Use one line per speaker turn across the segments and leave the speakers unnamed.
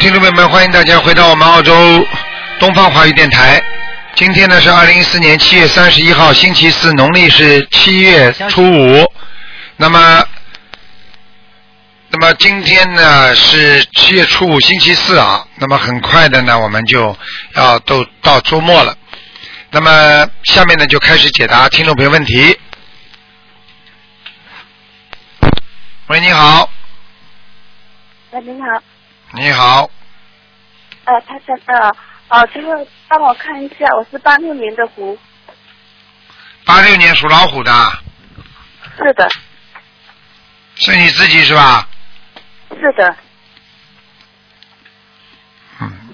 听众朋友们，欢迎大家回到我们澳洲东方华语电台。今天呢是二零一四年七月三十一号，星期四，农历是七月初五。那么，那么今天呢是七月初五，星期四啊。那么很快的呢，我们就要都到周末了。那么下面呢就开始解答听众朋友问题。喂，你好，
喂，您好，
你好，
呃，他想呃，哦，就是帮我看一下，我是八六年的虎，
八六年属老虎的。
是的，
是你自己是吧？
是的，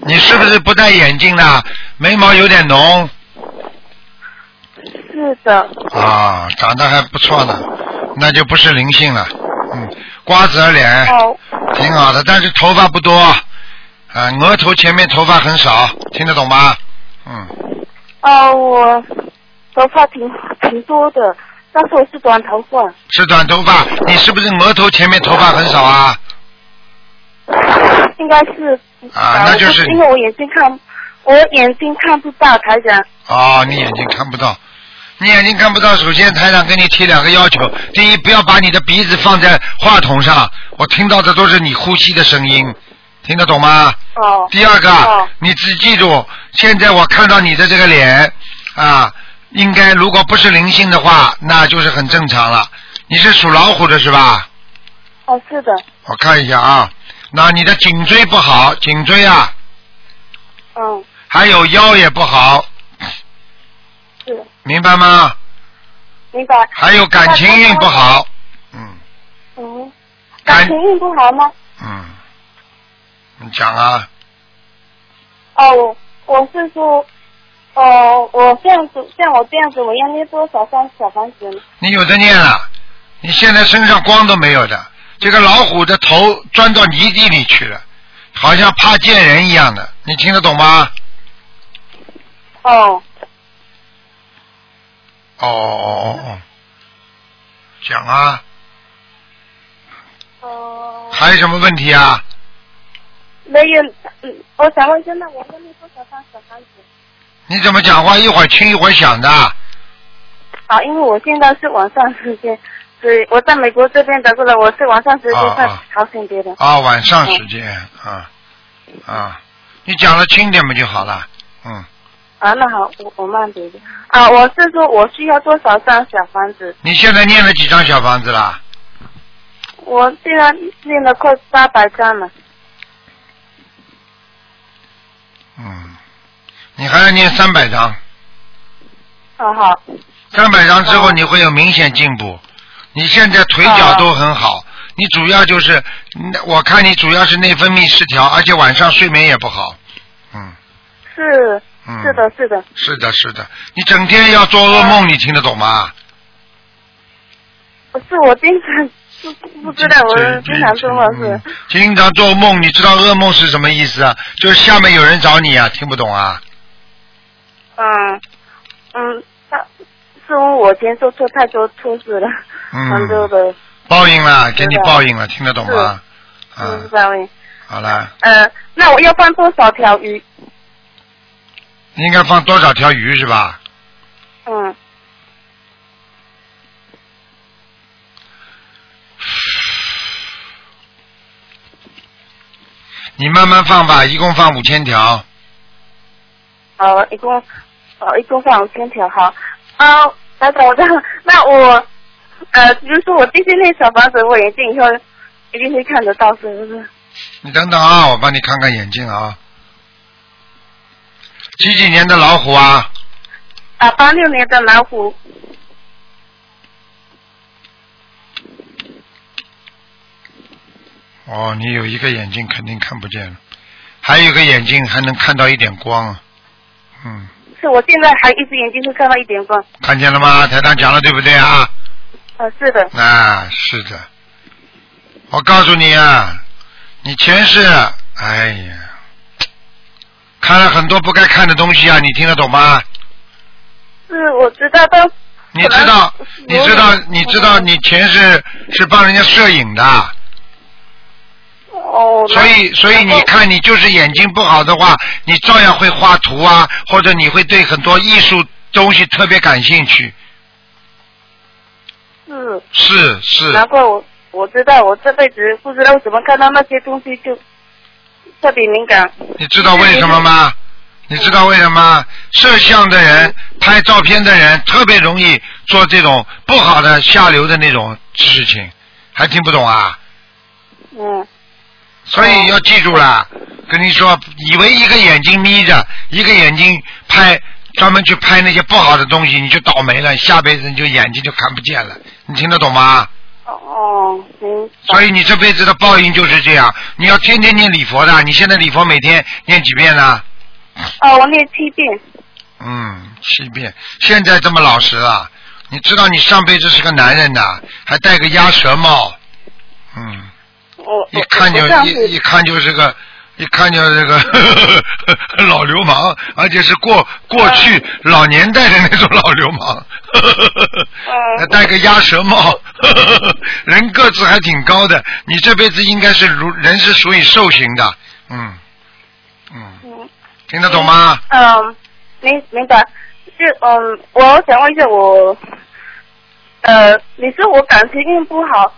你是不是不戴眼镜的？眉毛有点浓
是的，
啊，长得还不错呢，那就不是灵性了。嗯，瓜子儿脸
哦，
挺好的，但是头发不多，啊，额头前面头发很少，听得懂吗？嗯，
哦，我头发挺挺多的，但是我是短头发，
是短头发，你是不是额头前面头发很少啊？
应该是
啊那
我
就是
因为我眼睛看，我眼睛看不到，台长，
哦，你眼睛看不到，你眼睛看不到。首先，台长跟你提两个要求：第一，不要把你的鼻子放在话筒上，我听到的都是你呼吸的声音，听得懂吗？
哦，
第二个
哦，
你只记住，现在我看到你的这个脸啊，应该如果不是灵性的话，那就是很正常了。你是属老虎的是吧？
哦，是的，
我看一下啊，那你的颈椎不好，颈椎啊，
嗯，
还有腰也不好，
是的，
明白吗？
明白，
还有感情运不好，嗯
嗯，
感
感情运不好吗？
嗯，你讲啊，
哦，我我是说，哦，我这样子，像我这样子，我要念多少张小房子呢？
你有的念了，你现在身上光都没有的，这个老虎的头钻到泥地里去了，好像怕见人一样的，你听得懂吗？
哦，
哦哦哦哦，讲啊，
哦，
还有什么问题啊？
没有，嗯，我想问一下，那我要念多少张小房子？
你怎么讲话一会儿轻一会儿响的？
啊，因为我现在是晚上时间，所以我在美国这边得过来，我是晚上时
啊
间在
啊
吵醒别人。
啊，晚上时间啊啊，你讲的轻点不就好了？嗯，
啊，那好，我我慢点。啊，我是说我需要多少张小房子？
你现在念了几张小房子啦？
我现在念了快八百张了。
嗯，你还要念三百张，
啊好，
三百张之后
哦
你会有明显进步。你现在腿脚都很
哦
好，你主要就是，嗯我看你主要是内分泌失调，而且晚上睡眠也不好。嗯
是
嗯，
是的，是的。
是的，是的，你整天要做噩梦，你听得懂吗？
不是我经常不不知道，我经常做梦是
嗯。经常做梦，你知道噩梦是什么意思啊？就是下面有人找你啊，听不懂啊？
嗯嗯，他是因为我今天做错太多错事了，很多
嗯，
的，
报应了，给
知
你
道
报应了，听得懂吗？
嗯，
嗯，
三位。
好了，
呃，那我要放多少条鱼？
应该放多少条鱼是吧？
嗯，
你慢慢放吧，一共放五千条。
好，一共，呃，一共放五千条，好。啊，那等我这样，那我，呃，比如说我今天那小房子，我眼睛以后一定会看得到，是不是？
你等等啊，我帮你看看眼睛啊。几几年的老虎啊？
啊，八六年的老虎，
哦，你有一个眼睛肯定看不见了，还有一个眼睛还能看到一点光啊。嗯，
是我现在还一只眼睛会看到一点光。
看见了吗？台长讲了对不对啊？
呃，是的，
啊，是的。我告诉你啊，你前世，哎呀，看了很多不该看的东西啊，你听得懂吗？
是我知道，但
你知道，你知道
可，能
你知道，你前世是帮人家摄影的，
哦哦，那
所以，所以你看，你就是眼睛不好的话，你照样会画图啊，或者你会对很多艺术东西特别感兴趣。嗯
是，
是是，
难怪我我知道我这辈子不知道怎么看到那些东西就特别敏感。
你知道为什么吗？你知道为什么摄像的人、拍照片的人特别容易做这种不好的、下流的那种事情，还听不懂啊？
嗯，
所以要记住了，跟你说，以为一个眼睛眯着，一个眼睛拍，专门去拍那些不好的东西，你就倒霉了，下辈子你就眼睛就看不见了，你听得懂吗？
哦哦，明白
所以你这辈子的报应就是这样，你要天天念礼佛的，你现在礼佛每天念几遍呢？
哦，我念七遍。
嗯，七遍，现在这么老实了，你知道你上辈子是个男人呐，还戴个鸭舌帽，嗯。
我
一看就
哦我我上次
一一看就是个，一看就是这个 老流氓，而且是过过
嗯
去老年代的那种老流氓，
嗯 呃
还戴个鸭舌帽，人个子还挺高的。你这辈子应该是如人是属于兽型的，嗯嗯，
嗯
听得懂吗？
嗯，明明白。是嗯，我想问一下我，呃，你说我感情运不好，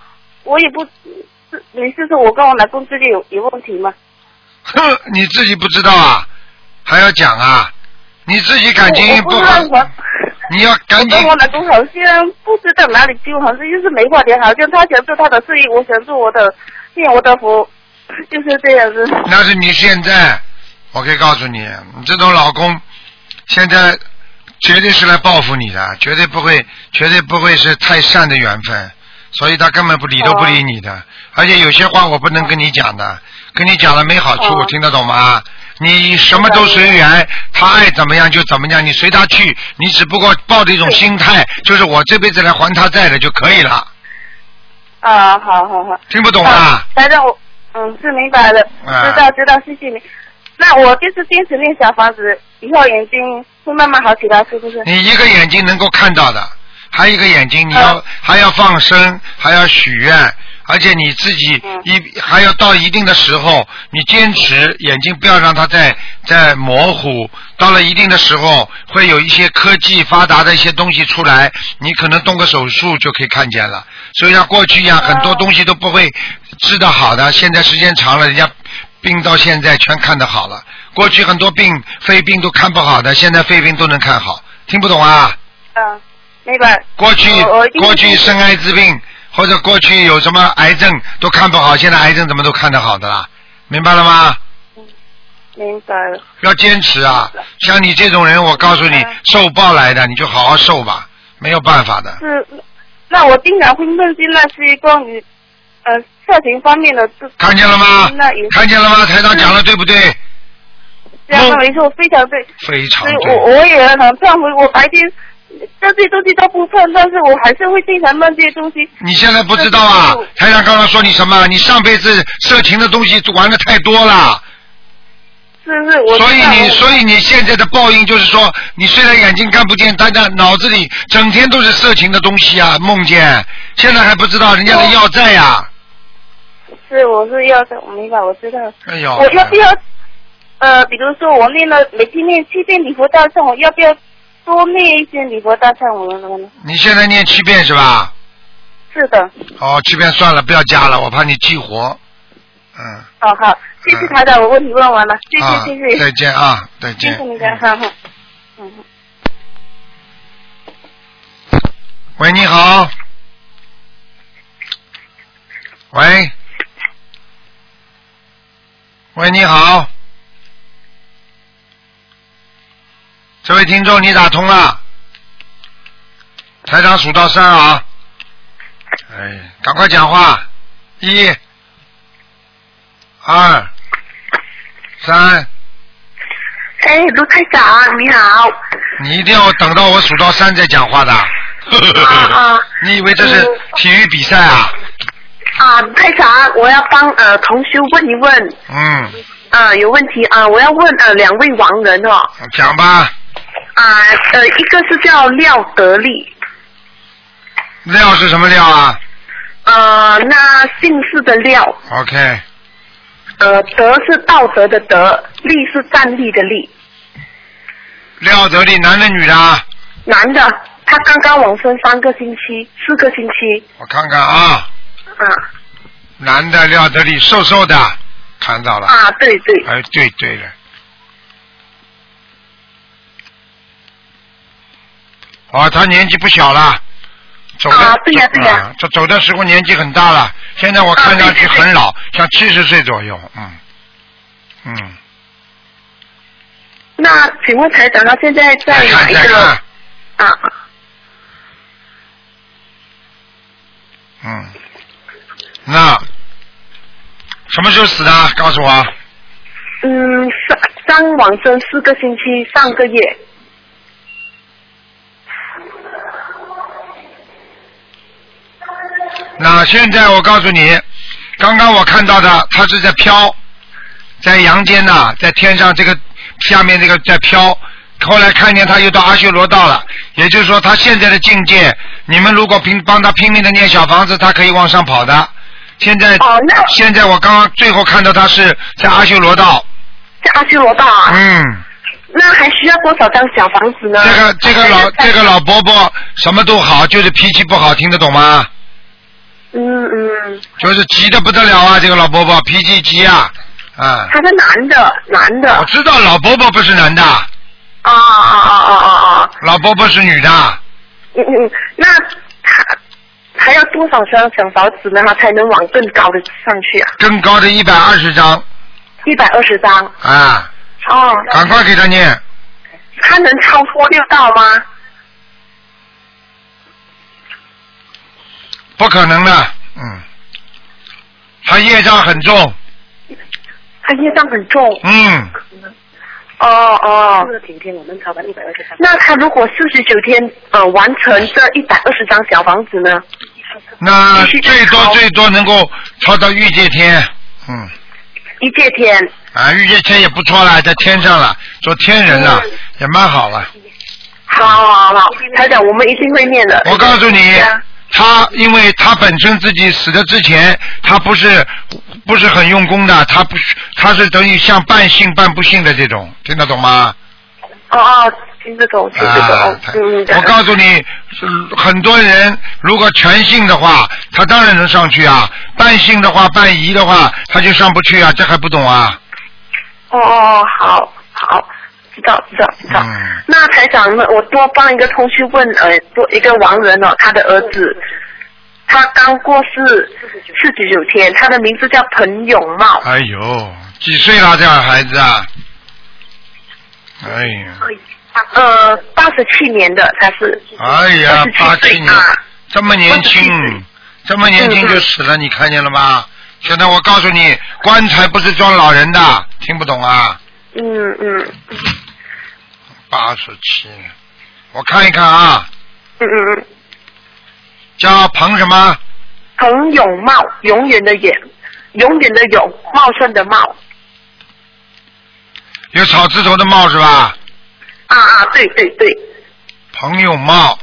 我也不是，你是说我跟我老公之间有有问题吗？
哼，你自己不知道啊，还要讲啊？你自己感情
我我
不
不知
好
道，我。
你要赶
我
紧
跟我老公好像不知道哪里纠，好像就是没话聊，好像他想做他的事业，我想做我的，念我的佛，就是这样子。
那是你现在，我可以告诉你，你这种老公现在绝对是来报复你的，绝对不会，绝对不会是太善的缘分，所以他根本不理都不理你的，而且有些话我不能跟你讲的，跟你讲了没好处，
哦
听得懂吗？你什么都随缘，他爱怎么样就怎么样，你随他去，你只不过抱着一种心态，就是我这辈子来还他债的就可以了，
啊，好好好。
听不懂
啊
啊？，
反正我嗯是明白了，
啊
知道知道，谢谢你。那我就是坚持练小房子，以后眼睛会慢慢好起来，是不是？
你一个眼睛能够看到的，还有一个眼睛你要、
嗯
还要放生，还要许愿，而且你自己
嗯
一、还要到一定的时候，你坚持眼睛不要让它再再模糊。到了一定的时候，会有一些科技发达的一些东西出来，你可能动个手术就可以看见了。所以像过去呀、
哦
很多东西都不会治得好的，现在时间长了，人家病到现在全看得好了。过去很多病肺病都看不好的，现在肺病都能看好，听不懂啊？
嗯，明白。
过去
我我一定
过去
会
生艾滋病或者过去有什么癌症都看不好，现在癌症怎么都看得好的啦？明白了吗？
明白了。
要坚持啊！像你这种人，我告诉你
嗯，
受报来的，你就好好受吧，没有办法的。
是，那我经常会梦见那些关于呃色情方面的这，
看见了吗
那也？
看见了吗？台长
嗯
讲的对不对？
这样
梦
没错，非常对。
非常
所以我
对。
我也很忏悔，我白天这些东西都不碰，但是我还是会经常梦见东西。
你现在不知道啊
那就是？
台长刚刚说你什么？你上辈子色情的东西玩的太多了。
是是，我
所以
知道
你，
我
所以你现在的报应就是说，你虽然眼睛看不见，但在脑子里整天都是色情的东西啊，梦见，现在还不知道人家的要债啊呀、
是我是要的，我明白，我知道。
哎呦，
我要不要？呃，比如说我念了每天念七遍礼佛大忏，我要不要多念一些礼佛大忏文什么呢？
你现在念七遍是吧？
是的，
哦，七遍算了，不要加了，我怕你激活。嗯，
好好，谢谢
嗯
台长，我问题问完了，谢
啊
谢谢谢，
再见啊，再
谢
见
谢。您的，哈哈，嗯，
喂，你好。喂。喂，你好。这位听众，你打通了。台长数到三啊。哎，赶快讲话！一、二、三，
哎，卢台长，你好。
你一定要等到我数到三再讲话的。
啊
哎你以为这是
嗯
体育比赛啊？
啊，卢台长，我要帮呃同修问一问，
嗯，
呃有问题啊、我要问呃两位亡人哦，
讲吧。
啊呃一个是叫廖德利，
料是什么料啊
啊呃那姓氏的廖，
？OK，
呃，德是道德的德，立是站立的立。
廖德利，男的女的啊？
男的，他刚刚往生三个星期，四个星期
我看看啊，
啊
男的廖德利，瘦瘦的，看到了。
啊，对对，
哎，对对了。哦，他年纪不小了，走的
啊对呀
走
对呀啊
啊他走的时候年纪很大了，现在我看上去很老，像七十岁左右，嗯，嗯，
那请问台长，他现在在
再
哪
看
一
再
个
看，
啊？
嗯，那什么时候死的？告诉我，
嗯，上刚往生四个星期，上个月
那现在我告诉你，刚刚我看到的，它是在飘，在阳间呐、在天上这个下面这个在飘。后来看见他又到阿修罗道了，也就是说他现在的境界，你们如果拼帮他拼命的念小房子，他可以往上跑的。现在、
哦那
现在我刚刚最后看到他是在阿修罗道，
在阿修罗道啊。
嗯，
那还需要多少张小房子呢？
这个这个老这个老伯伯什么都好，就是脾气不好，听得懂吗？
嗯嗯，
就是急得不得了啊！这个老伯伯脾气急啊，啊、
他是啊男的，男的。
我知道老伯伯不是男的，
啊啊啊啊啊啊！
老伯伯是女的，
嗯嗯，嗯，那他还要多少张小房子呢？他才能往更高的上去啊？
更高的一百二十张
一百二十张。
啊，
哦，
赶快给他念，
他能超过六道吗？
不可能的，嗯，他业障很重，
他业障很重。
嗯，
哦哦。
嗯
九天，我们考完一百二十三，
那他如果四十九天呃完成这一百二十张小房子呢？
那
必须得
最多
超
最多能够超到御界天，嗯，
一借天
啊，御界天也不错了，在天上了，做天人了，也蛮好了。
好好好，台长，我们一定会念的。
我告诉你
对啊，
他因为他本身自己死的之前，他不是不是很用功的，他不是他是等于像半信半不信的这种，听得懂吗？
哦哦，听得懂，听得
啊
懂，，
他
嗯嗯。
我告诉你，是很多人如果全信的话，他当然能上去啊；半信的话、半疑的话，他就上不去啊，这还不懂啊？
哦哦哦，好好，知道知道知道。
嗯
那台长，那我多帮一个同学问，呃，多一个亡人哦，他的儿子，他刚过世四十九天，他的名字叫彭永茂，
哎呦，几岁了这孩子啊？哎呀，
呃，八十七年的他是，
哎呀，八
27
七
岁
年。
啊，
这么年
27
轻
岁，
这么年轻就死了，你看见了吗？现在我告诉你，棺材不是装老人的，听不懂啊？
嗯嗯
八十七，我看一看啊，
嗯嗯嗯，
叫彭什么？
彭永茂，永远的远，永远的永，茂盛的茂，
有草字头的茂是吧？
啊啊，对对对，
彭永茂。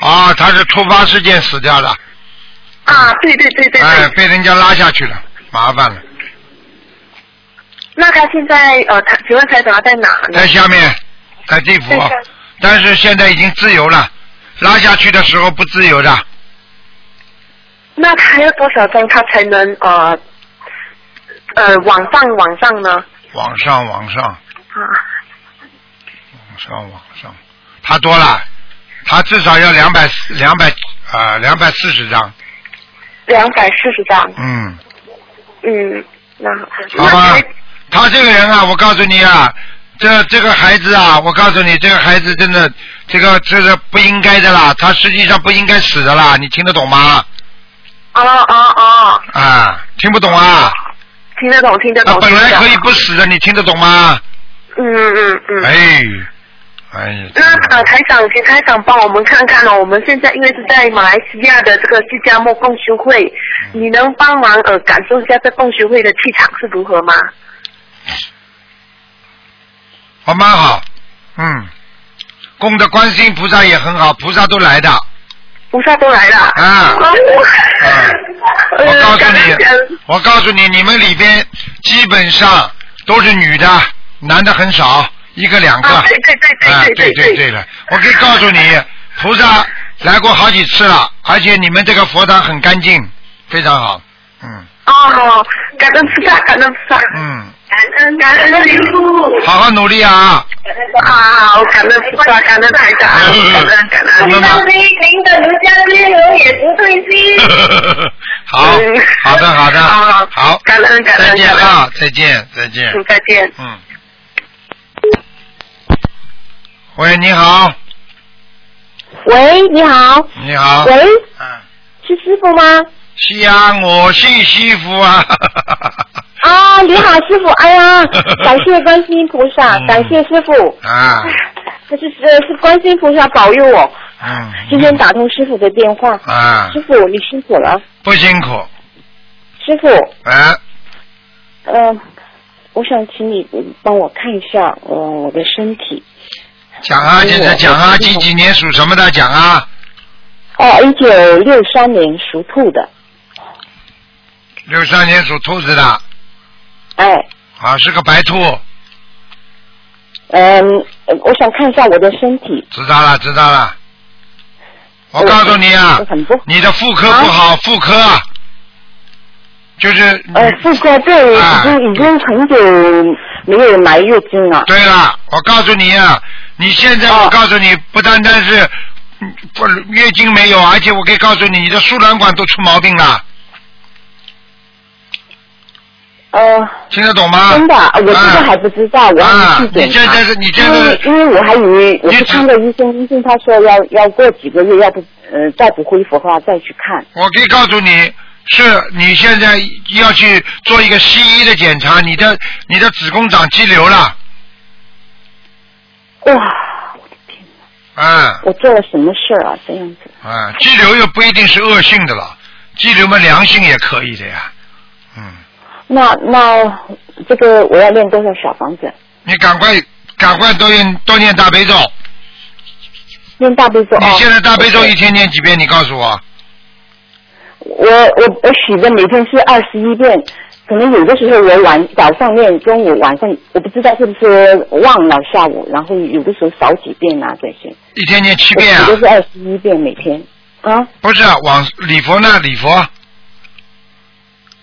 啊，他是突发事件死掉的，
啊对对对对对。
哎，被人家拉下去了，麻烦了。
那他现在呃，他请问台长他在哪呢？
在下面，在地府，但是现在已经自由了，拉下去的时候不自由的。
那他要多少张他才能呃呃往上往上呢？
往上，往上，
啊，
往上，往上，他多了，他至少要两百两百啊两百四十张，
两百四十张。
嗯，
嗯，那
好
那
吧
还。
他这个人啊，我告诉你啊，这这个孩子啊，我告诉你，这个孩子真的，这个这是不应该的啦，他实际上不应该死的啦，你听得懂吗？
哦哦哦，
啊，听不懂啊？
听得懂听得
他啊
懂。
本来可以
听得懂
不死的，你听得懂吗？
嗯嗯嗯。
哎，哎呀，
那呃，台长，请台长帮我们看看哦。我们现在因为是在马来西亚的这个释迦牟共修会，
嗯
你能帮忙呃感受一下这共修会的气场是如何吗？
我蛮好，嗯，供的观世音菩萨也很好，菩萨都来的。
菩萨都来了。
啊
哦
我告诉
呃刚刚
你，我告诉你，你们里边基本上都是女的，男的很少，一个两个。
啊对对对对
啊
对
对
对
对对了，我可以告诉你，菩萨来过好几次了，而且你们这个佛堂很干净，非常好。嗯
哦，感恩菩萨，感恩菩萨，
嗯，
感恩感恩师傅。
好好努力啊！
好，感恩菩萨，感恩台长，感恩感恩。
嗯
上飞您的卢家之流也不对劲。
好，好的，好的，
嗯好
好，
感恩感恩
再见
感
啊，再见，再见，
嗯，再见。
嗯。喂，你好，
喂，你好，
你好，
喂，
嗯，
是师傅吗？
是啊，我是西服啊，
啊，你好，师傅，哎 呀，感谢观世音菩萨，
嗯
感谢师傅，
啊，
这是这是观世音菩萨保佑我，
嗯，
今天打通师傅的电话，
啊
师，傅你辛苦了，
不辛苦，
师傅，
啊，
嗯、我想请你嗯帮我看一下，呃，我的身体，
讲啊，
因为
现
我
在讲啊，
我
几几年属什么的讲啊，
啊
哦，一九六三年属兔的，
六三年属兔子的，
哎，
啊，是个白兔，
嗯、呃我想看一下我的身体，
知道了，知道了。我告诉你啊
我，很不，
你的妇科不好，妇科啊就是
呃，妇科对，
啊
已经已经很久没有来月 经了。
对了，我告诉你啊，你现在我
哦
告诉你，不单单是嗯不月经没有，而且我可以告诉你，你的输卵管都出毛病了，
呃，
听得懂吗？
真的，我这个
啊
还不知道，我
啊
还没去检查。
你这这是你这是
因为因为我还以为我
你
是
只
看了医生，医生他说要要过几个月，要不呃再不恢复的话再去看。
我可以告诉你，是你现在要去做一个西医的检查，你的你的子宫长肌瘤了，
哇，
嗯。
我做了什么事儿啊？这样子，
啊，肌瘤又不一定是恶性的了，肌瘤嘛良性也可以的呀。嗯，
那那这个我要练多少小房子？
你赶快赶快多念多念大悲咒。
哦练大悲咒
你
哦。
现在大悲咒一天念几遍？你告诉我。
我我我许的每天是二十一遍，可能有的时候我晚早上练，中午晚上我不知道是不是忘了下午，然后有的时候少几遍啊这些。
一天念七遍啊
我许？的是二十一遍每天啊，
不是啊，往礼佛呢？礼佛，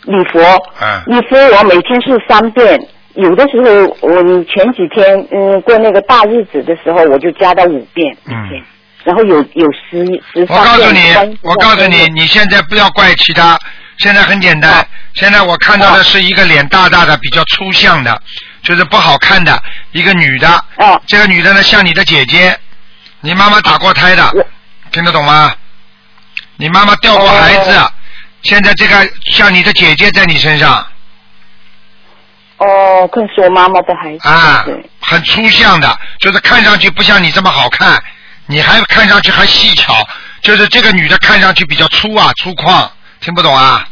礼佛，
嗯
礼佛我每天是三遍。有的时候，我前几天嗯过那个大日子的时候，我就加到五遍每天，
嗯
然后有有十十
我
三
告诉
遍观
你
音，
我告诉你，你现在不要怪其他，现在很简单
啊。
现在我看到的是一个脸大大的、比较粗相的，就是不好看的一个女的。
啊
这个女的呢，像你的姐姐，你妈妈打过胎的
我，哦
听得懂吗？你妈妈掉过孩子，现在这个像你的姐姐在你身上
哦，更是我妈妈的孩子，
啊
对，
很粗相的，就是看上去不像你这么好看，你还看上去还细巧，就是这个女的看上去比较粗啊粗犷，听不懂啊？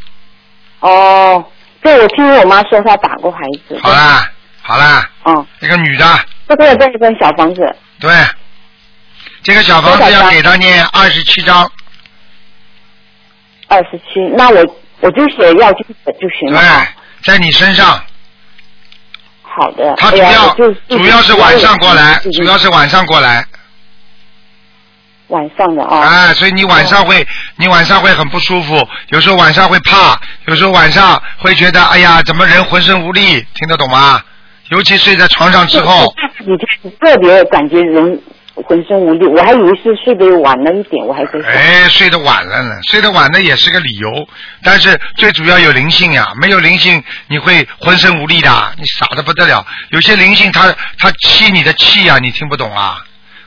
哦，对，我听我妈说她打过孩子。
好啦好啦，
嗯，
一个女的，
这个这个小房子，
对，这个小房
多
子
少
要
张
给她念二十七章，
二十七，那我我就写要经者就行
对
了。，
在你身上。
好的。
他主
哎呀
要
我就
主要是晚上过来，主要
是
是晚上过来，
晚上的啊。
哎，所以你晚上会，你晚上会很不舒服，有时候晚上会怕，有时候晚上会觉得，哎呀，怎么人浑身无力，听得懂吗？尤其睡在床上之后，
你天特别感觉人浑身无力，我还以为是睡得晚了一点，我还 在想。
哎，睡得晚了呢，睡得晚了也是个理由，但是最主要有灵性呀、没有灵性你会浑身无力的，你傻的不得了。有些灵性它它吸你的气呀、你听不懂啊？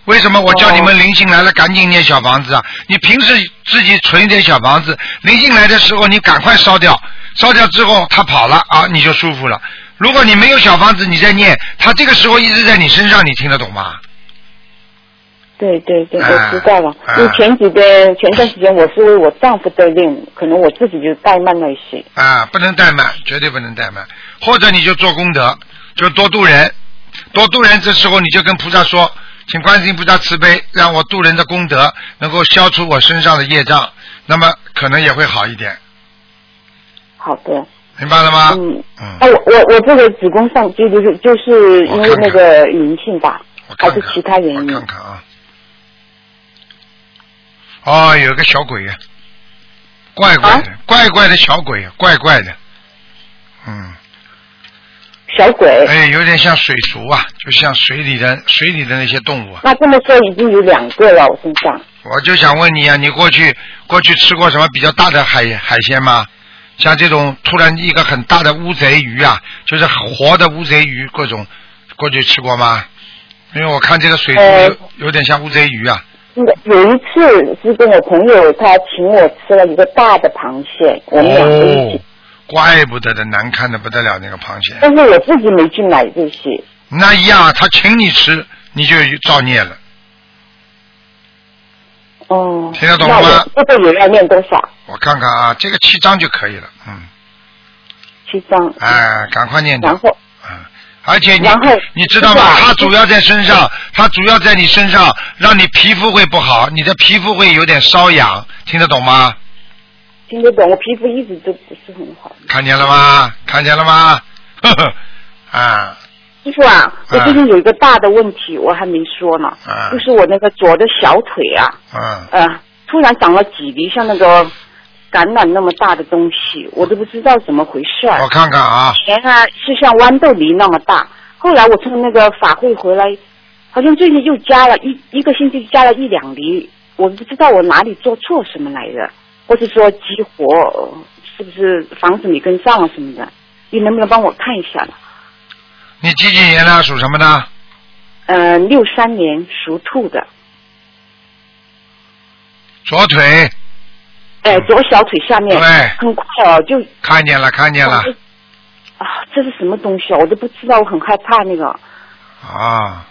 为什么我叫你们灵性来了赶紧念小房子啊？你平时自己存一点小房子，灵性来的时候你赶快烧掉，烧掉之后它跑了啊，你就舒服了。如果你没有小房子，你再念，它这个时候一直在你身上，你听得懂吗？
对对对，
哎
我知道了。
哎
因为前几天前段时间我是为我丈夫在练，可能我自己就怠慢了一些。
啊，不能怠慢，绝对不能怠慢。或者你就做功德，就多度人，多度人。这时候你就跟菩萨说，请观世音菩萨慈悲，让我渡人的功德能够消除我身上的业障，那么可能也会好一点，
好的，
明白了吗？
嗯，
嗯，
哎，我我我这个子宫上疱就是就是因为那个灵性吧，
我看
还
看
是其他原
我
因
看看啊。哦，有一个小鬼呀，怪怪
啊
的，怪怪的小鬼，啊怪怪的，嗯。
小鬼。
哎，有点像水族啊，就像水里的水里的那些动物啊。
那这么说已经有两个了，我身上
我就想问你啊，你过去过去吃过什么比较大的海海鲜吗？像这种突然一个很大的乌贼鱼啊，就是活的乌贼鱼，各种过去吃过吗？因为我看这个水族
呃
有有点像乌贼鱼啊，
那个有一次是跟我朋友他请我吃了一个大的螃蟹，我们两个一起，
哦，怪不得的难看的不得了那个螃蟹，
但是我自己没去买这些。
那一样啊他请你吃你就造孽了，
哦，
听得懂了吗
那我这个也要念多少？
我看看啊，这个七张就可以了，嗯，
七张。
哎，赶快念
然
掉。
后
嗯，而且你
然后
你知道吗
是？吧
它主要在身上，它主要在你身上，让你皮肤会不好，你的皮肤会有点瘙痒，听得懂吗？
听得懂，我皮肤一直都不是很好。
看见了吗？看见了吗？呵呵，啊，
师傅啊，我
啊
最近有一个大的问题，我还没说呢，
啊
就是我那个左的小腿啊，
嗯，
呃，突然长了几厘，像那个感染那么大的东西，我都不知道怎么回事儿。
我看看啊，
以前啊是像豌豆梨那么大，后来我从那个法会回来，好像最近又加了一一个星期加了一两厘，我不知道我哪里做错什么来的，或是说激活呃是不是防止你跟上了什么的，你能不能帮我看一下呢？
你几几年的属什么的？
呃，六三年属兔的，
左腿，
呃，左小腿下面，
嗯对
很快哦，就
看见了，看见了
啊，这是什么东西啊？我都不知道，我很害怕那个。
啊，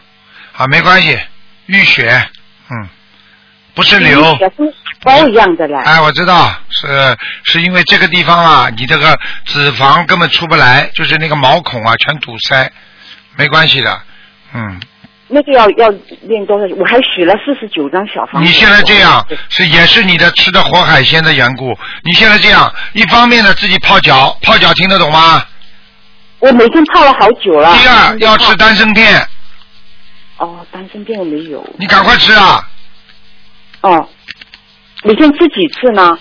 啊，没关系，淤血，嗯，不是瘤，
跟包一样的啦。
哎，我知道，是是因为这个地方啊，你这个脂肪根本出不来，就是那个毛孔啊全堵塞，没关系的，嗯，
那个要要练多少？我还许了四十九张小房子。
你现在这样是也是你的吃的活海鲜的缘故，你现在这样，一方面呢自己泡脚，泡脚听得懂吗？
我每天泡了好久了。
第二要吃丹参片，
哦，丹参片我没有。
你赶快吃啊！
哦，每天吃几次呢？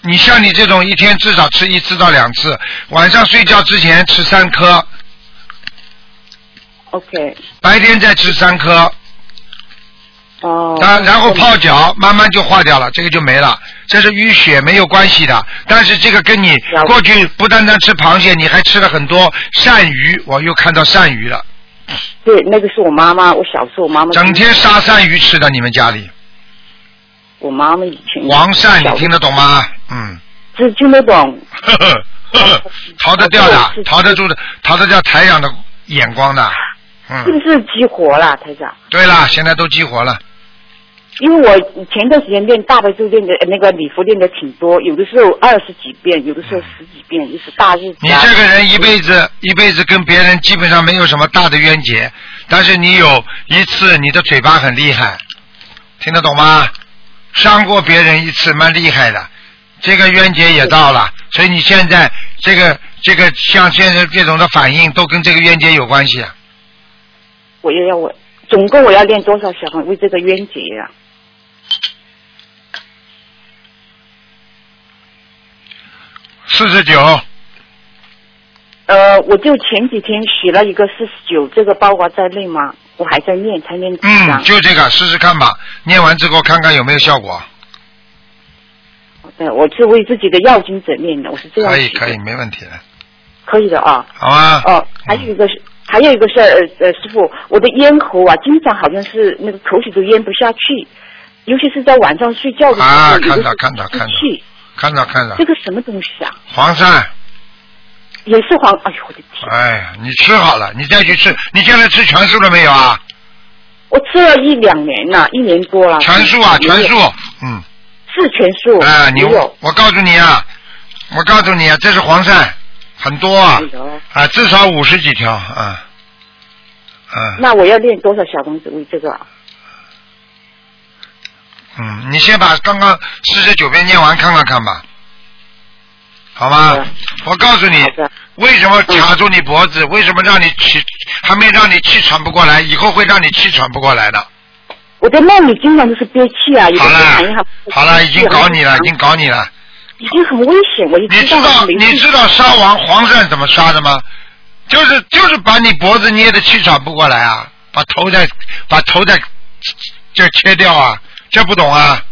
你像你这种一天至少吃一次到两次，晚上睡觉之前吃三颗，
OK，
白天再吃三颗，
哦。
然然后泡脚，慢慢就化掉了，这个就没了。这是淤血没有关系的，但是这个跟你
了解
过去不单单吃螃蟹，你还吃了很多鳝鱼，我又看到鳝鱼了，
对，那个是我妈妈，我小时候我妈妈
整天杀鳝鱼吃的，你们家里
我妈妈以前
黄鳝，
小
你听得懂吗？嗯，
只听得懂。
呵呵呵呵， 逃得掉的
我是，
逃得住的，逃得掉台长的眼光的。
是不
嗯，
是激活了，台长？
对了，现在都激活了，
因为我前段时间练大悲咒练的呃那个礼佛练的挺多，有的时候二十几遍，有的时候十几遍，就是大日子
你
啊。
这个人一辈子一辈子跟别人基本上没有什么大的冤结，但是你有一次你的嘴巴很厉害，听得懂吗？伤过别人一次蛮厉害的，这个冤结也到了，所以你现在这个这个像现在这种的反应都跟这个冤结有关系啊。
我又要我总共我要练多少小房为这个冤结啊？
四十九，
呃，我就前几天写了一个四十九，这个包括在内吗？我还在念，才念几
嗯，
张？
就这个试试看吧，念完之后看看有没有效果。
对，我是为自己的要经者念的，我是这样
可以
写的
可以，嗯没问题的，
可以的啊。
好吗？
哦，还有一个是。还有一个事儿，呃呃，师傅，我的咽喉啊，经常好像是那个口水都咽不下去，尤其是在晚上睡觉的时候，
啊
有的时候
看到看到看
出
到
气，
看到看到
这，个什么东西啊？
黄鳝。
也是黄，哎呦我的天！
哎呀，你吃好了，你再去吃。你现在吃全素了没有啊？
我吃了一两年了，一年多了。
全素啊，
没
全
有
素。嗯，
是全素。
啊，你
没有。
我告诉你啊，我告诉你啊，这是黄鳝，很多啊
哎，呦
啊，至少五十几条啊，啊，
那我要练多少小房子为这个啊？
嗯，你先把刚刚四十九遍念完看看看吧，好吗？我告诉你，为什么卡住你脖子？为什么让你气还没让你气喘不过来？以后会让你气喘不过来的。
我在梦里经常都是憋气啊，有的时候
好
喊一喊。
好了，已经搞你了，已经搞你了。
已经很危险，我就
你知道你知道杀王黄鳝怎么杀的吗？就是就是把你脖子捏的气喘不过来啊，把头再把头再这切掉啊，这不懂啊？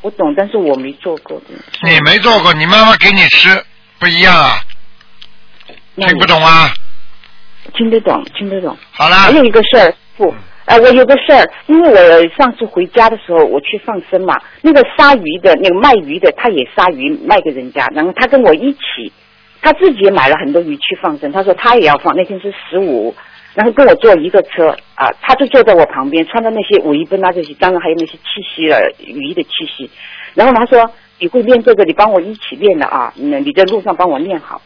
我懂，但是我没做过的。
你没做过，你妈妈给你吃不一样啊，
那
听
你
不懂啊？
听得懂，听得懂。
好
还
啦，
有一个事儿，不，呃，我有个事儿，因为我上次回家的时候，我去放生嘛，那个杀鱼的，那个卖鱼的，他也杀鱼卖给人家，然后他跟我一起，他自己也买了很多鱼去放生，他说他也要放，那天是十五，然后跟我坐一个车啊、他就坐在我旁边，穿着那些围巾啊这些，当然还有那些气息了，鱼的气息，然后他说你会练这个，你帮我一起练的啊，你你在路上帮我练好。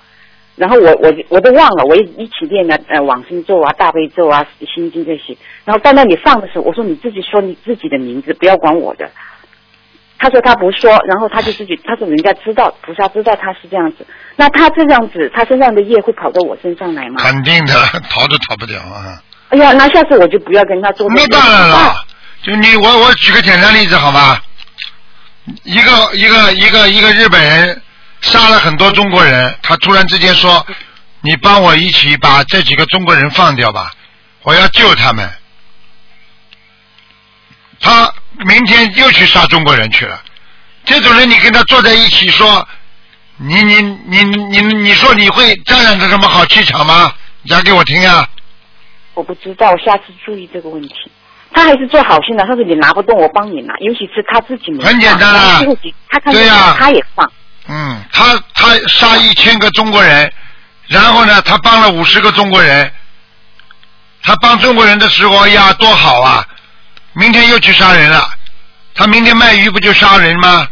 然后我我我都忘了，我也一起练了呃往生咒啊、大悲咒啊、心经这些。然后到那里放的时候，我说你自己说你自己的名字，不要管我的。他说他不说，然后他就自己他说人家知道菩萨知道他是这样子，那他这样子，他身上的业会跑到我身上来吗？
肯定的， 逃都逃不掉啊。
哎呀，那下次我就不要跟他做。啊
那当然了，就你我我举个简单例子好吧？一个一个一个一个日本人杀了很多中国人，他突然之间说：“你帮我一起把这几个中国人放掉吧，我要救他们。”他明天又去杀中国人去了。这种人，你跟他坐在一起说，你你你你你说你会沾染着什么好气场吗？讲给我听啊！
我不知道，我下次注意这个问题。他还是做好心的，他说你拿不动，我帮你拿。尤其是他自己没放
很简单啊
然后最后几他看见
对啊呀
他也放，
嗯，他他杀一千个中国人，然后呢，他帮了五十个中国人，他帮中国人的时候，哎呀，多好啊！明天又去杀人了，他明天卖鱼不就杀人吗？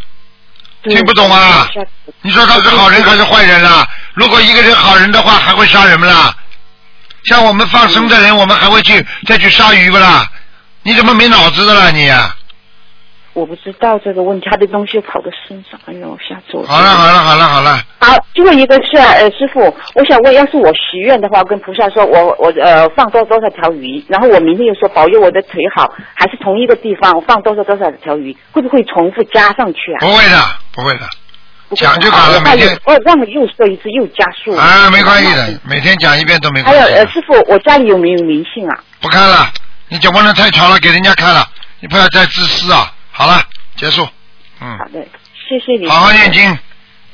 对
听不懂啊
下次
你说他是好人还是坏人啦？如果一个人好人的话，还会杀人不啦？像我们放生的人，我们还会去再去杀鱼不啦？你怎么没脑子的啦你、啊
我不知道这个问题，他的东西跑到身上，哎呦，下次我
好了好了好了好了，
好，最后一个是呃，师傅，我想问，要是我许愿的话，我跟菩萨说我我呃放多多少条鱼，然后我明天又说保佑我的腿好，还是同一个地方我放多少多少条鱼，会不会重复加上去啊？
不会的不会的，
不会
讲就好了
啊我怕
每天
有我忘了又说一次又加速嗯
啊，没关系的，。每天讲一遍都没
还
关
有
系的。
呃，师傅，我家里有没有灵性啊？
不看了，你讲问的太长了，给人家看了，你不要再自私啊！好了，结束，嗯
好，的，谢谢你。
好好念经，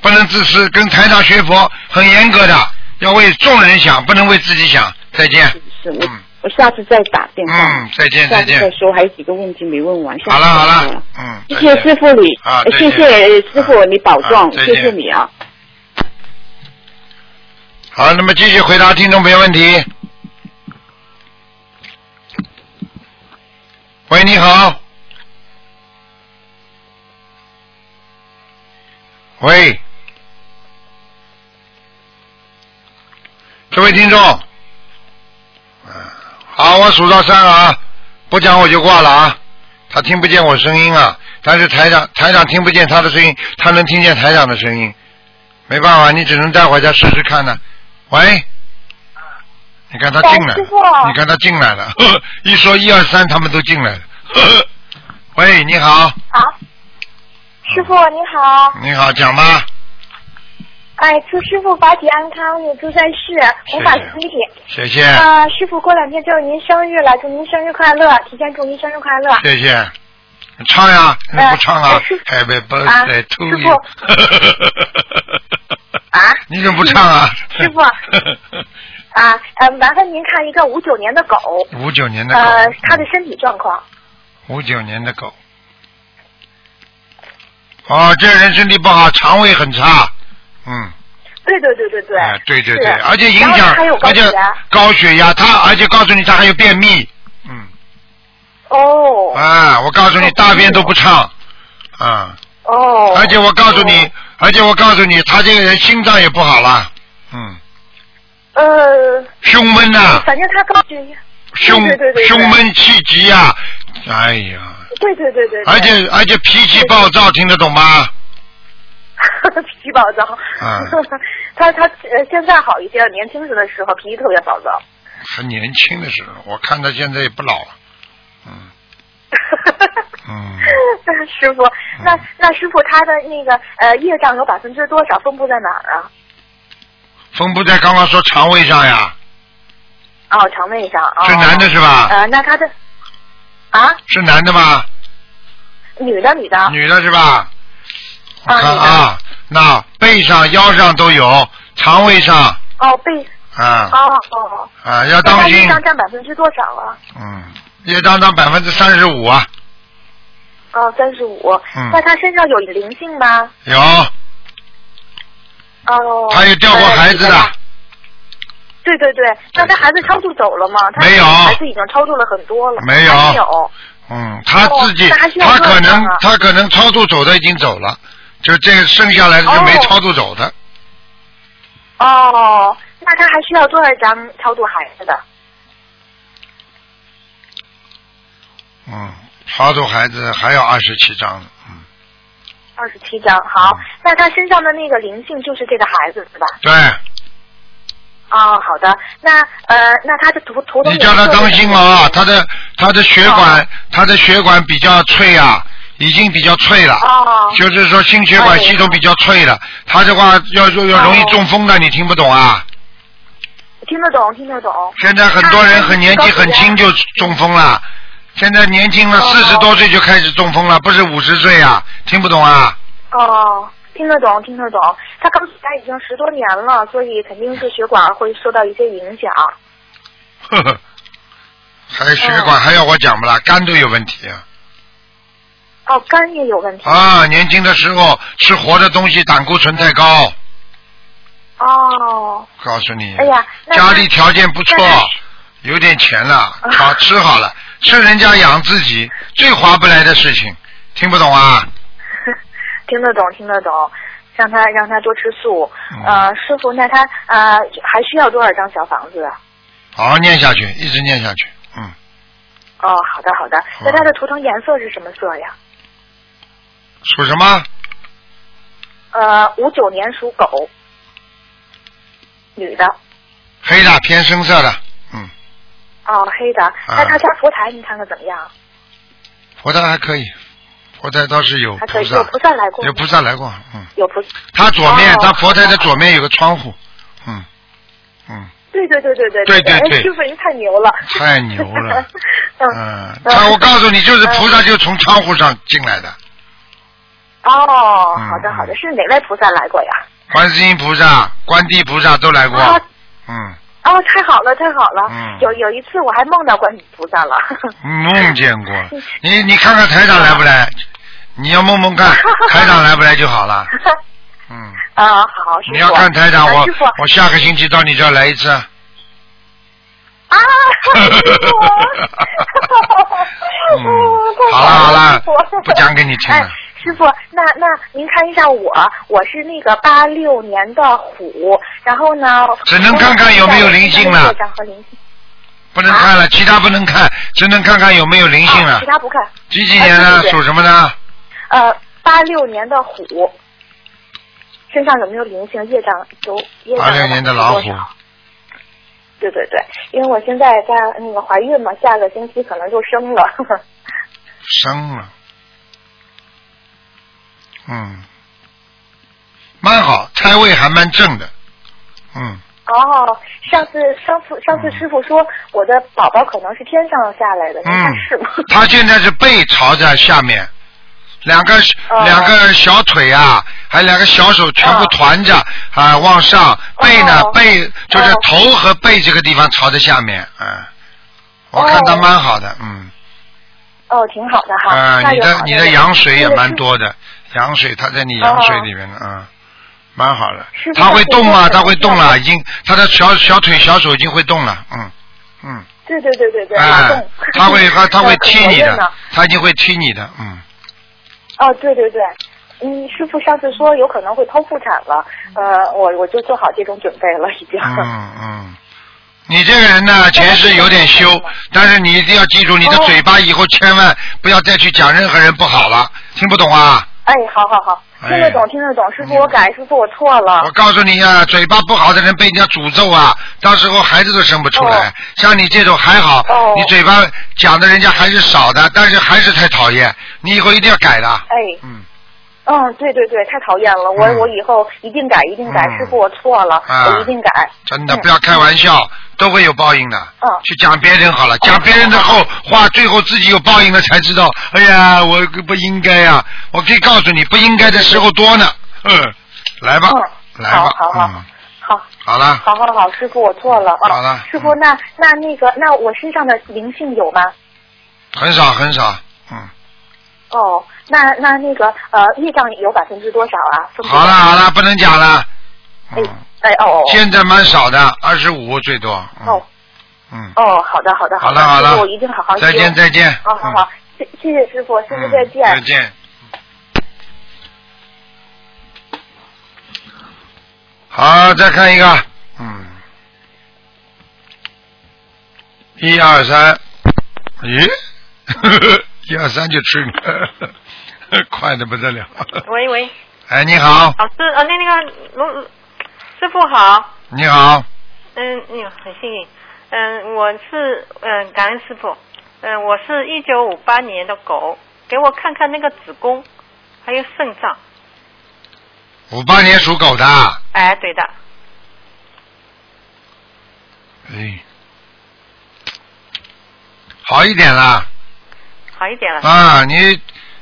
不能自私，跟台长学佛很严格的，要为众人想，不能为自己想。再见，
是我
嗯
我下次再打电话。
嗯，再见
下
再
次再
见，
说，还有几个问题没问完。下次
好了好
再说
了，嗯，
谢谢
再见
师傅你，
啊
呃
再
谢
见
谢呃师傅
啊
你保
啊
重，
再
谢
见
谢你啊。
好，那么继续回答听众朋友问题。喂，你好。喂，这位听众，嗯，好，我数到三啊，不讲我就挂了啊。他听不见我声音啊，但是台长台长听不见他的声音，他能听见台长的声音。没办法，你只能带回家试试看呢。喂，你看他进来
哎师傅
了，你看他进来了， 呵呵一说一二三，他们都进来了。 呵呵喂，你好，
好，师傅你好，
你好，讲吧。
哎，祝师傅法体安康，永驻在世，
谢哎
无法自体。
谢谢，
啊、师傅，过两天就是您生日了，祝您生日快乐！提前祝您生日快乐。
谢谢。唱呀，你不哎唱啊
呃师？
还没 birthday
师
to
傅
you。
啊
你怎么不唱啊？
师傅啊，呃，麻烦您看一个五九年的狗，
五九年的嗯狗
呃，它的身体状况。
五九年的狗。哦，这人身体不好，肠胃很差，嗯，
对对对对对。
哎，对对
是
对，而且影
然后
响
它有，高
而
血
且
压。
高血压，他而且告诉你他还有便秘，嗯，
哦
啊，我告诉你大便都不畅，啊，
哦。
而且我告诉你，而且我告诉你，他这个人心脏也不好了，嗯，
呃，
胸闷呐、
呃
反正它高血压。
胸
对对对对
胸闷气急呀、哎呀，
对对对对对。
而 且而且脾气暴躁，听得懂吗？
脾气暴躁。
嗯
他他呃现在好一些，年轻时的时候脾气特别暴躁。
很年轻的时候，我看他现在也不老了， 嗯嗯，
师傅，那那师傅他的那个呃业障有百分之多少分布在哪儿啊？
风不在刚刚说肠胃上呀，
哦，肠胃上。哦、
是男的是吧
啊
呃，那他的啊，
是男的吗？
女的女
啊
的。
女的是吧？我
啊
看
女的
啊，那背上、腰上都有，肠胃上
哦，被
啊
哦哦。
啊要
那
当
他业
心，
障占百分之多少啊？
嗯，业障占百分之三十五啊，
哦，三十五。
嗯
那他身上有灵性吗？
有，
哦。呃
他有掉过孩子的，
对对对，那他孩子超度走了吗？他
没有
孩子已经超度了很多了。
没有
还没有。
嗯，他自己
哦那还需要
他
多少
可能
张啊
他可能超度走的已经走了，就这个剩下来的就没
哦
超度走的，
哦，那他还需要多少张超度孩子的？
嗯，超度孩子还有二十七张呢，嗯，
二十七张，好。那他身上的那个灵性就是这个孩子是吧？
对。
哦，好的。那呃，那他的图图腾
你叫他
颜色是
当心啊，他的他的
哦
血管，他的血管比较脆啊，已经比较脆了，
哦
就是说心血管系统比较脆了，他的话要要要容易中风的，你听不懂啊？
听得懂，听得懂。
现在很多人很年纪很轻
就
就中风了，现在年轻了
哦
四十多岁就开始中风了，不是五十岁啊，听不懂啊？
哦，听得懂，听得懂。他刚起来已经十多年了，所以肯定是血管会受到一些影响。
呵呵，还有血管、还要我讲不啦？肝都有问题啊。
哦，肝也有问题。
啊，年轻的时候吃活的东西，胆固醇太高，
哦，
告诉你。
哎呀，那
家里条件不错
那那，啊
有点钱了，好吃好了，吃人家养自己，最划不来的事情，听不懂啊？
听得懂，听得懂。让他让他多吃素。
嗯
呃，师傅，那他呃还需要多少张小房子啊？
好好念下去，一直念下去，嗯，
哦，好的好的。那它的图腾颜色是什么色呀？
属什么？
呃，五九年属狗，女的，
黑的，偏深色的，嗯，
哦，黑
啊
的。那她家佛台你看看怎么样？
佛台还可以，佛台倒是有
还可
菩
以，有
萨，
菩萨来过吗，
有菩萨来过，嗯，
有菩萨。
他左面
哦，
他佛台的左面有个窗户，嗯，嗯，
对对对对对
对对对
哎师傅您太牛了，
太牛 了，
嗯，
嗯，他我告诉你，就是菩萨就从窗户上进来的，
哦，
嗯
好的
嗯
好的，是哪位菩萨来哎过呀？
观世音菩萨、观地菩萨都来过，
啊
嗯。
哦，太好了，太好了！
嗯
有有一次我还梦到观世菩萨了，
梦见过，你你看看台长来不来？你要梦梦 看台长来不来就好了。嗯，
啊，好，师傅。
你要看台长，
啊
我
师傅
我下个星期到你这儿来一次。，
啊， 师傅
嗯
哦太
好了好了
师傅
不讲给你听了
哎，师傅，那那您看一下我，我是那个八六年的虎，然后呢，
只能看看有没有灵性了
业障和灵性
不能看了，其他不能看，只能看看有没有灵性
啊
了
其。他不看。
几几年的
啊对对对
属什么的？
呃，八六年的虎，身上有没有灵性？业障有业障
八
有
六年的老
多
虎
少。对对对，因为我现在在那个怀孕嘛，下个星期可能就生了。
生了。嗯，蛮好，胎位还蛮正的。嗯，
哦，上次上次上次师傅说我的宝宝可能是天上下来的，您看
嗯
是吗？
他现在是背朝着下面，两个、
哦
两个小腿啊，还有两个小手全部团着、啊往上，背呢、
哦
背就是
哦
头和背这个地方朝着下面，嗯、我看他蛮好的，嗯，
哦，挺好的哈。
啊、
那
你
就
的
好
你
那
的
就好
羊水也
那个
蛮
师
多的，羊水它在你羊水里面呢，啊、蛮好的
师。傅
它会动吗？
他
它
是
会动
这样
了，
的
已经，它的小小腿、小手已经会动了，嗯，嗯。
对对对对对，劳
哎
动，哦
他会他他 会踢你。
那可活跃呢
的，他一定会踢你的，嗯，
哦，对对对，嗯，师傅上次说有可
嗯
能会剖腹产了，呃，我我就做好这种准备了，已经。
嗯嗯你这个人呢，前世有点羞，但是你一定要记住，你的嘴巴以后千万不要再去讲任何人不好了，听不懂啊？
哎，好好好，听得懂，听得懂，师傅，我改，师傅，我错了
嗯我。告诉你啊，嘴巴不好的人被人家诅咒啊，到时候孩子都生不出来。像你这种还好，
哦
你嘴巴讲的人家还是少的，但是还是太讨厌。你以后一定要改的。
哎，
嗯，
嗯，对对对，太讨厌了，我、
嗯
我以后一定改，一定改，
嗯
师傅，我错了，
啊
我一定改。
真的
嗯
不要开玩笑，都会有报应的。
嗯
去讲别人好了，讲别人的后话，最后自己有报应了才知道。哎呀，我不应该呀、我可以告诉你，不应该的时候多呢。嗯，来吧，
嗯
来吧，
好好好
嗯，
好，
好了，
好好好，师傅，我错了。啊
好了
师傅，
嗯
那那那个，那我身上的灵性有吗？
很少很少，嗯。
哦，那那那个呃，业障有百分之多少啊？分别
好了好了，不能讲了。
哎
嗯，
哎哦哦
现在蛮少的，二十五最多。嗯
哦
嗯，
哦，好的好的
好
的，
了好
师
了
傅，我一定好好修。
再见再见。
哦好好，谢谢谢师傅，师
嗯，
傅再见。
嗯再见。好，再看一个，嗯，一二三，咦， 一二三就吃你， 快的不得了。
喂喂，
哎，你好，
老师，呃，那那个卢师傅好，
你好，
嗯，你很幸运，嗯，我是嗯，感恩师傅，嗯，我是一九五八年的狗，给我看看那个子宫，还有肾脏，
五八年属狗的。
哎，对的，
哎，好一点啦
好一点了，
啊！你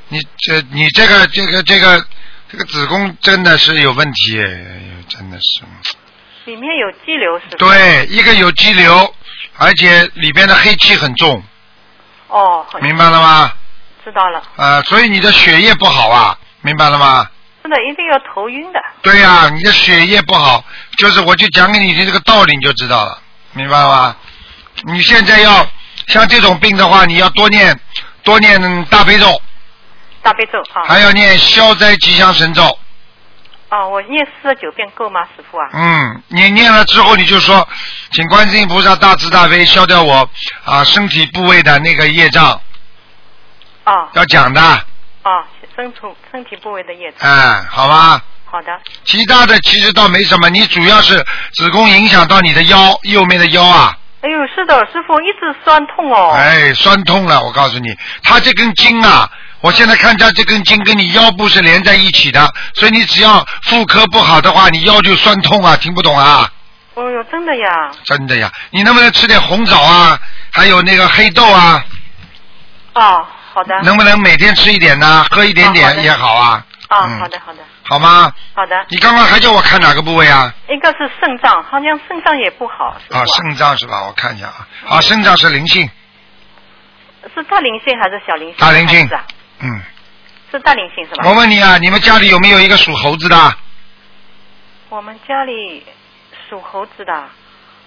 你这你这个这个这个这个子宫真的是有问题，哎呦，真的是。
里面有肌瘤是吧？，
对，一个有肌瘤，而且里边的黑气很重，
哦，好
明白了吗？
知道了，
啊，所以你的血液不好啊，明白了吗？
真的一定要头晕的，
对呀、你的血液不好，就是我就讲给你听这个道理，你就知道了，明白吗？你现在要像这种病的话，你要多念多念大悲咒，
大悲咒啊，
还要念消灾吉祥神咒。
啊，我念四十九遍够吗，师傅啊？
嗯，你念了之后，你就说，请观世音菩萨大慈大悲消掉我啊身体部位的那个业障，
啊
要讲的，
啊，身处身体部位的业障，
哎，好吧？
好的，
其他的其实倒没什么，你主要是子宫影响到你的腰右面的腰啊，
哎呦，是的，师傅一直酸痛哦。
哎，酸痛了，我告诉你，它这根筋啊，我现在看它这根筋跟你腰部是连在一起的，所以你只要妇科不好的话，你腰就酸痛啊，听不懂啊？
哦呦，真的呀！
真的呀，你能不能吃点红枣啊？还有那个黑豆啊，
哦，好的。
能不能每天吃一点呢？喝一点
啊好
点
的
也好啊。
啊、
嗯
好的，好的，
好吗？
好的。
你刚刚还叫我看哪个部位啊？
一个是肾脏，好像肾脏也不好，是吧？
啊，肾脏是吧？我看一下啊，啊，肾脏是灵性，
是大灵性还是小灵性？
大灵性
还是啊
嗯。
是大灵性是吧？
我问你啊，你们家里有没有一个属猴子的？
我们家里属猴子的，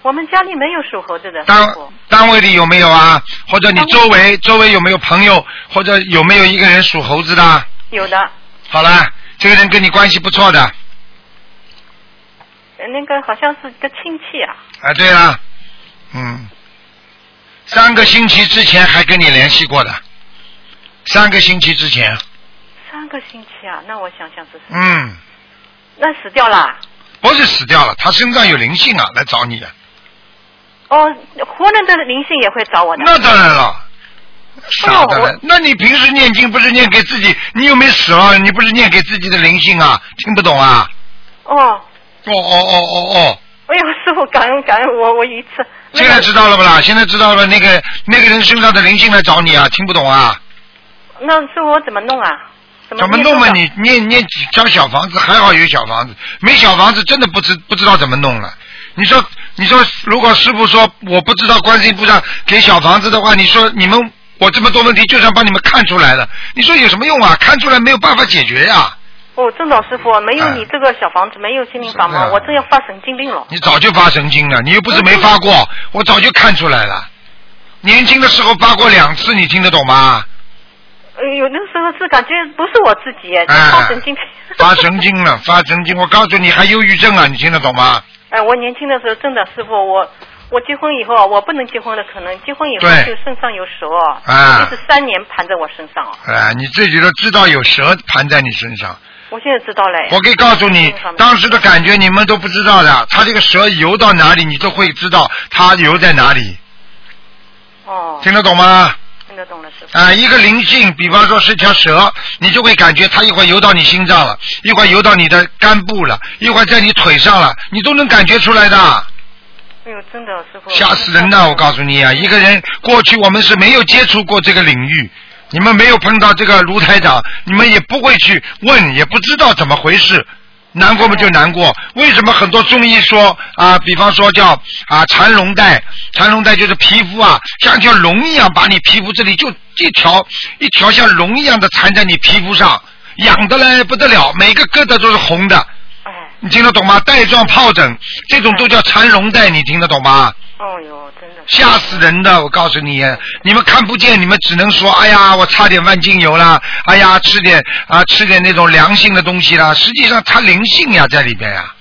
我们家里没有属猴子的。
单
师傅
单位里有没有啊？或者你
单位
周围周围有没有朋友？或者有没有一个人属猴子的？
有的，
好啦，这个人跟你关系不错的。啊
呃那个好像是个亲戚啊。
啊，对了，嗯，三个星期之前还跟你联系过的，三个星期之前，
三个星期啊，那我想想是，
嗯，
那死掉啦。
不是死掉了，他身上有灵性啊，来找你啊，
哦，活人的灵性也会找我的。
那当然了。傻的了，那你平时念经不是念给自己？你又没死啊，你不是念给自己的灵性啊？听不懂啊？
哦，
哦哦哦哦哦，
哎呦，师傅感恩感恩我，我一次。
现在知道了不啦？现在知道了，那个那个人身上的灵性来找你啊，听不懂啊？
那师傅我怎么弄啊？怎
怎么
念
弄嘛？
多少
你念念几张小房子，还好有小房子，没小房子真的不知不知道怎么弄了。你说，你说，如果师傅说我不知道观世音菩萨给小房子的话，你说你们我这么多问题，就算帮你们看出来了，你说有什么用啊？看出来没有办法解决呀、
哦，郑导师傅，没有
哎
你这个小房子，没有心灵法
是
门，
的
我真要发神经病了。
你早就发神经了，你又不是没发过，我早就看出来了。年轻的时候发过两次，你听得懂吗？
哎呦，那时候是感觉不是我自己，
哎
发神经。
发 神经了，发神经！我告诉你，还忧郁症啊，你听得懂吗？
哎，我年轻的时候真的师傅，我我结婚以后啊，我不能结婚了，可能结婚以后
对
就身上有蛇哦，
啊
就是三年盘在我身上哦。
哎，你自己都知道有蛇盘在你身上，
我现在知道了呀。
我可以告诉你
嗯好，的
当时的感觉你们都不知道的。它这个蛇游到哪里，你都会知道它游在哪里，
哦，
听得懂吗？
听得懂了，师傅。
啊、一个灵性，比方说是条蛇，你就会感觉它一会儿游到你心脏了，一会儿游到你的肝部了，一会儿在你腿上了，你都能感觉出来的，
哎呦，真的，师傅。
吓死人呐！我告诉你啊，一个人过去我们是没有接触过这个领域，你们没有碰到这个卢台长，你们也不会去问，也不知道怎么回事。难过嘛就难过，为什么很多中医说啊，比方说叫啊缠龙带，缠龙带就是皮肤啊，像一条龙一样把你皮肤这里就一条一条像龙一样的缠在你皮肤上，痒的嘞不得了，每个疙瘩都是红的，
哎，
你听得懂吗？带状疱疹这种都叫缠龙带，你听得懂吗？
哦呦，真的。
吓死人的！我告诉你，你们看不见，你们只能说，哎呀，我擦点万金油啦，哎呀，吃点啊，吃点那种良性的东西啦。实际上它灵性呀，在里边呀，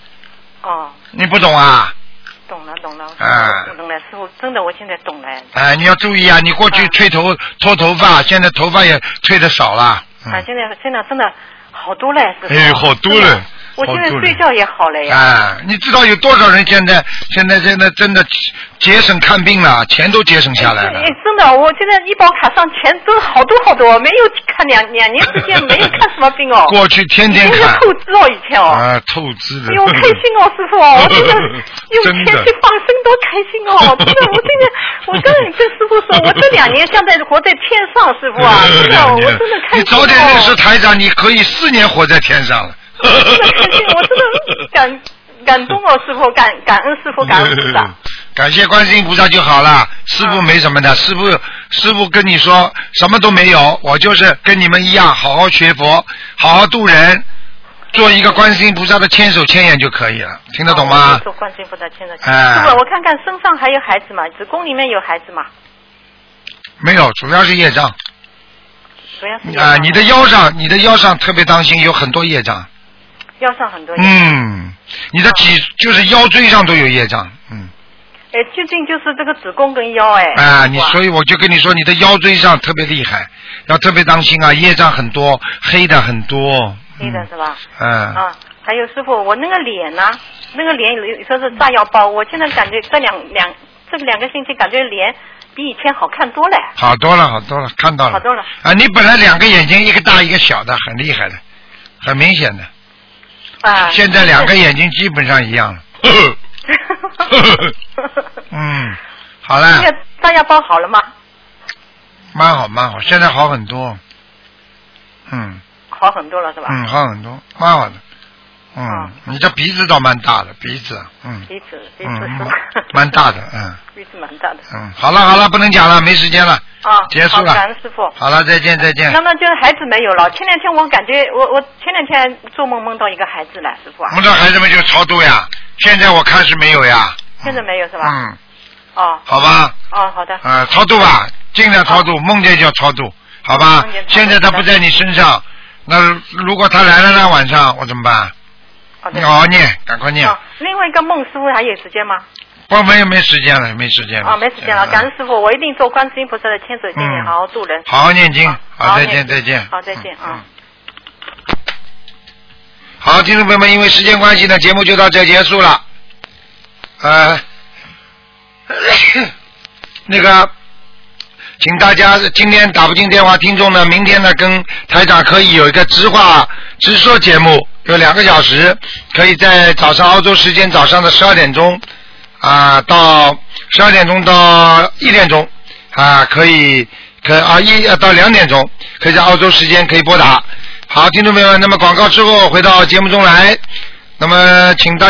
哦，
你不懂啊？
懂了，懂了。
啊
我懂了，师傅，真的，我现在懂了。
哎，你要注意啊！你过去
嗯
吹头脱头发，现在头发也吹的少了。嗯
啊，现在现在真的好多了，师傅。
哎好多了
真的我现在
好多了
睡觉也好了呀。
啊，你知道有多少人现在现在现在真的节省看病了，钱都节省下来了
哎，。真的，我现在医保卡上钱都好多好多，没有看两两年之间没有看什么病哦。
过去天天
都是
看
透支哦，以前哦。
啊，透支的。
哎呦，开心哦，师傅哦，我 真的有
真
钱
的
去放生，多开心 哦！真的，我真的，我跟跟师傅说，我这两年像在活在天上， 师 傅啊，
呃
真的，
两
我
年
真的开心哦。
你早点认识台长，你可以四年活在天上 了。
真的开心，我真的感感动哦，师傅，感感恩师傅，感恩菩萨。
感谢观世音菩萨就好了，师傅
嗯
没什么的，师傅师傅跟你说什么都没有，我就是跟你们一样，好好学佛，好好度人，做一个观世音菩萨的千手千眼就可以了，听得懂
哦我
吗？
做观世音菩萨牵着手。
哎
师傅，我看看身上还有孩子吗？子宫里面有孩子吗？
没有，主要是业障
主要是腰
啊、
上
你的腰上，你的腰上特别当心，有很多业障，
腰上很多。。
嗯，你的
啊
脊就是腰椎上都有业障，嗯。
哎，究竟就是这个子宫跟腰哎。
啊，你
哇
所以我就跟你说，你的腰椎上特别厉害，要特别当心啊，业障很多，黑的很多。
黑的是吧？
嗯。嗯。
啊，还有师傅，我那个脸呢？那个脸有说是炸药包，我现在感觉这两两这两个星期感觉脸比以前好看多了。
好多了，好多了，看到了。
好多了。
啊，你本来两个眼睛一个大一个小的，很厉害的，很明显的。
啊。
现在两个。眼睛基本上一样了。
哎
嗯，好了
那，个炸药包好了吗？
蛮好蛮好，现在好很多。嗯
好很多了是吧？
嗯，好很多，蛮好的。嗯，
哦
你这鼻子倒蛮大的，鼻子，嗯
鼻子鼻子
嗯
是吧，
蛮大的，嗯。
鼻子蛮大的。
嗯，好了好了，不能讲了，没时间了，
啊，
结束
好
了
感恩师傅。
好了，再见再见
那。么就是孩子没有了。前两天我感觉我我前两天做梦梦到一个孩子了，师傅啊
我，们这孩子们就超度呀，现在我看是没有呀。
现在没有是吧？
嗯，
哦
好吧，
哦，好的。
呃，超度吧，尽量超度，梦见就要超度，好吧
梦见超？度
现在他不在你身上，那如果他来了呢，晚上我怎么办？
好的
你。好好念，赶快念
哦。，另外一个梦，师傅还有时间吗？
光没有没时间了，没时间了。
啊，没时间了，感恩
嗯
师傅，我一定做观世音菩萨的千手千眼，
嗯
好好度人。
好好念经
好，好
好，
好
再
念
见
经
再见。
好再见啊。
嗯好，听众朋友们，因为时间关系呢，节目就到这结束了。呃， 那个，请大家今天打不进电话，听众呢，明天呢跟台长可以有一个直话直说节目，有两个小时，可以在早上澳洲时间早上的十二点钟啊、到十二点钟到一点钟啊、可以可啊一呃到两点钟，可以在澳洲时间可以拨打。好，听众朋友们，那么广告之后回到节目中来，那么请大。